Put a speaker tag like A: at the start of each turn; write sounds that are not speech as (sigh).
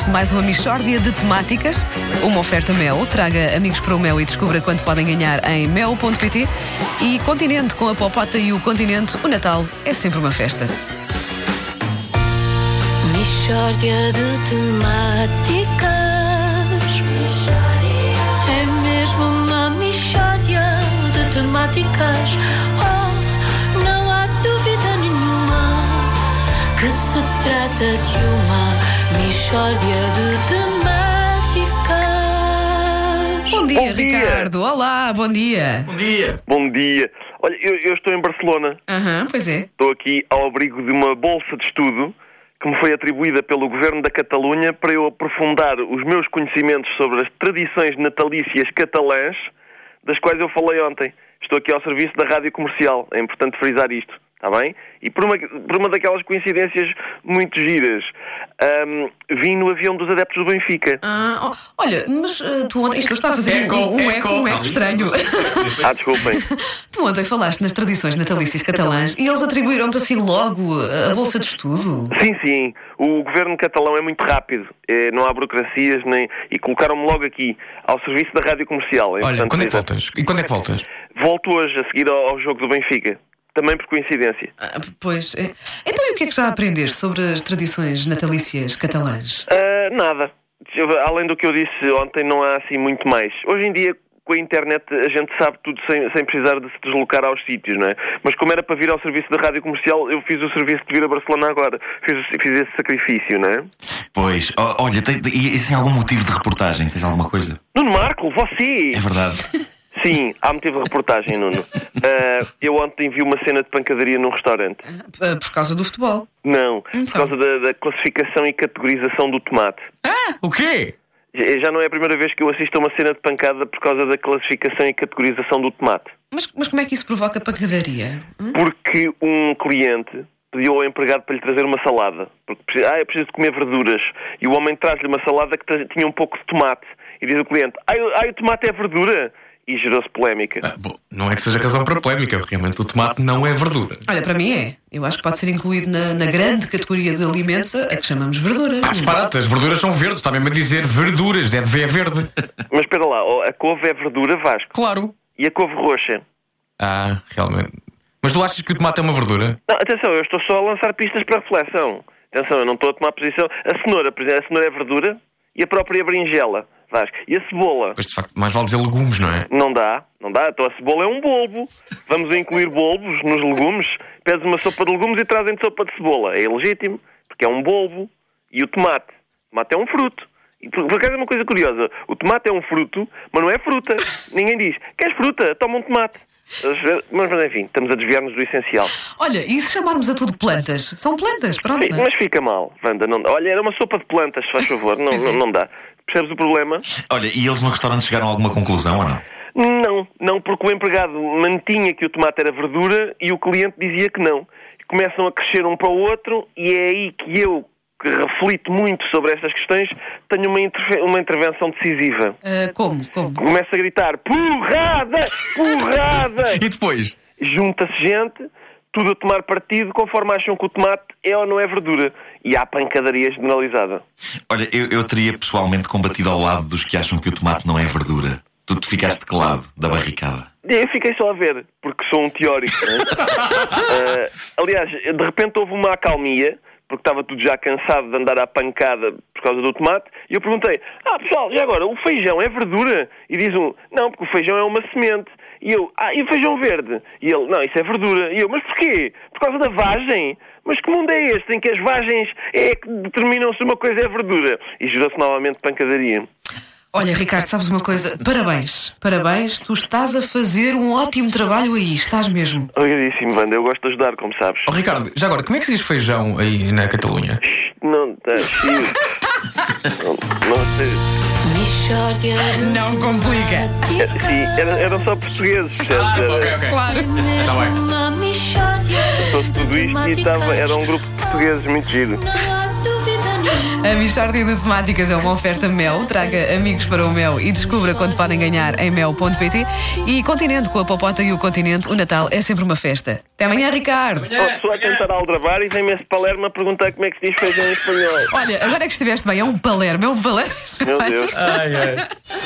A: de mais uma Michórdia de temáticas. Uma oferta Mel. Traga amigos para o Mel e descubra quanto podem ganhar em mel.pt. E Continente, com a Popota e o Continente, o Natal é sempre uma festa.
B: Mishória de temáticas É mesmo uma mishória de temáticas Oh, não há dúvida nenhuma Que se trata de uma mishória de temáticas
A: Bom dia,
C: Bom dia.
A: Ricardo. Olá, bom dia.
D: Bom dia.
C: Bom dia. Olha, eu, eu estou em Barcelona.
A: Aham, pois é.
C: Estou aqui ao abrigo de uma bolsa de estudo que me foi atribuída pelo governo da Catalunha para eu aprofundar os meus conhecimentos sobre as tradições natalícias catalãs, das quais eu falei ontem. Estou aqui ao serviço da rádio comercial. É importante frisar isto. Está bem? E por uma, por uma daquelas coincidências muito giras, ahm, vim no avião dos adeptos do Benfica.
A: Ah, ó, olha, mas ah, tu ontem. Isto está a fazer
D: Eco,
A: um, um eco,
D: É eco.
A: um
D: Não,
A: eco
D: isto é
A: (laughs) estranho.
C: Ah, desculpem.
A: Tu ontem falaste nas tradições natalícias catalãs e eles atribuíram-te assim logo a bolsa de estudo.
C: Sim, sim. O governo catalão é muito rápido. Eh, não há burocracias nem. E colocaram-me logo aqui, ao serviço da rádio comercial. É
D: Olha,
C: importante
D: quando é que
C: dizer.
D: voltas? E quando é que voltas?
C: Volto hoje, a seguir ao, ao jogo do Benfica. Também por coincidência.
A: Ah, pois. é. Então, e o que é que já aprendeste sobre as tradições natalícias catalãs?
C: Ah, nada. Eu- Além do que eu disse ontem, não há assim muito mais. Hoje em dia, com a internet, a gente sabe tudo sem, sem precisar de se deslocar aos sítios, não é? Mas como era para vir ao serviço da rádio comercial, eu fiz o serviço de vir a Barcelona agora. Fiz, o- fiz esse sacrifício, não é?
E: Pois, ó, olha, tem, tem- e esse é algum motivo de reportagem? Tens alguma coisa?
C: Nuno Marco, você!
E: É verdade.
C: Sim, há motivo de reportagem, Nuno. Ah, eu ontem vi uma cena de pancadaria num restaurante.
A: Ah, Por causa do futebol.
C: Não, por
A: Então.
C: causa da, da classificação e categorização do tomate.
D: Ah, o quê?
C: Já já não é a primeira vez que eu assisto a uma cena de pancada por causa da classificação e categorização do tomate.
A: Mas, mas como é que isso provoca pancadaria?
C: Porque um cliente pediu ao empregado para lhe trazer uma salada. Porque, precisa- ah, eu preciso de comer verduras. E o homem traz-lhe uma salada que tra- tinha um pouco de tomate. E diz o cliente, ah, o- ah, o tomate é verdura? E gerou-se polémica.
D: Ah, bom, não é que seja razão para polémica, porque realmente o tomate não é verdura.
A: Olha, para mim é. Eu acho que pode ser incluído na, na grande categoria de alimentos a a que chamamos verduras.
D: Pá, disparate, as verduras são verdes, está mesmo a dizer verduras, é de ver verde.
C: Mas espera lá, ó, a couve é verdura, Vasco.
D: Claro.
C: E a couve roxa?
D: Ah, realmente. Mas tu achas que o tomate é uma verdura?
C: Não, atenção, eu estou só a lançar pistas para reflexão. Atenção, eu não estou a tomar posição. A cenoura, por exemplo, a cenoura é verdura e a própria berinjela, Vasco. E a cebola?
D: Pois de facto, mais vale dizer legumes, não é?
C: Não dá, não dá. Então a cebola é um bulbo. Vamos incluir bulbos nos legumes. Pedes uma sopa de legumes e trazem sopa de cebola. É ilegítimo, porque é um bulbo. E o tomate? O tomate é um fruto. E por, por acaso é uma coisa curiosa. O tomate é um fruto, mas não é fruta. Ninguém diz, queres fruta? Toma um tomate. Mas, mas enfim, estamos a desviar-nos do essencial.
A: Olha, e se chamarmos a tudo plantas? São plantas, pronto. é?
C: Sim, mas fica mal, Wanda. Não... Olha, era uma sopa de plantas, se faz favor. Não, não, não dá. Percebes o problema?
E: Olha, e eles no restaurante chegaram a alguma conclusão ou não?
C: Não, não, porque o empregado mantinha que o tomate era verdura e o cliente dizia que não. Começam a crescer um para o outro e é aí que eu, que reflito muito sobre estas questões, tenho uma, interfe- uma intervenção decisiva.
A: Ah, como? Como?
C: Começo a gritar: porrada!
D: (laughs)
C: Porrada!
D: E depois?
C: junta-se gente, tudo a tomar partido, conforme acham que o tomate é ou não é verdura. E há pancadaria generalizada.
E: Olha, eu, eu teria pessoalmente combatido ao lado dos que acham que o tomate não é verdura. Tu te ficaste de que lado da barricada?
C: Eu fiquei só a ver, porque sou um teórico. não é? Eh, aliás, de repente houve uma acalmia, porque estava tudo já cansado de andar à pancada por causa do tomate, e eu perguntei: Ah, pessoal, e agora? O feijão é verdura? E diz um: Não, porque o feijão é uma semente. E eu: Ah, e o feijão verde? E ele: Não, isso é verdura. E eu: Mas porquê? Por causa da vagem? Mas que mundo é este em que as vagens é que determinam se uma coisa é verdura? E gerou-se novamente pancadaria.
A: Olha, Ricardo, sabes uma coisa? Parabéns, parabéns. Tu estás a fazer um ótimo trabalho aí, estás mesmo.
C: Obrigadíssimo, Wanda. Eu gosto de ajudar, como sabes.
D: Oh, Ricardo, já agora, como é que se diz feijão aí na Catalunha?
C: Não tá chido. não, não sei.
B: Mishória de
A: Não complica.
C: É,
B: temáticas
C: sim, era- eram só portugueses, percebes? Era,
A: Claro.
D: Tá bem.
B: Uma mixória
C: Todo
B: de
C: é. tudo isto e estava, era um
B: temáticas.
C: grupo de portugueses muito giro.
B: Não há dúvida
A: A Michórdia de Temáticas é uma oferta Mel. Traga amigos para o Mel e descubra quanto podem ganhar em mel.pt. E Continente, com a Popota e o Continente, o Natal é sempre uma festa. Até amanhã, Ricardo!
C: Uma pessoa a tentar aldrabar e vem-me esse Palermo a perguntar como é que se diz feijão em espanhol.
A: Olha, agora é que estiveste bem, é um palermo, é um palermo.
C: Meu Deus.
F: Ai, ai.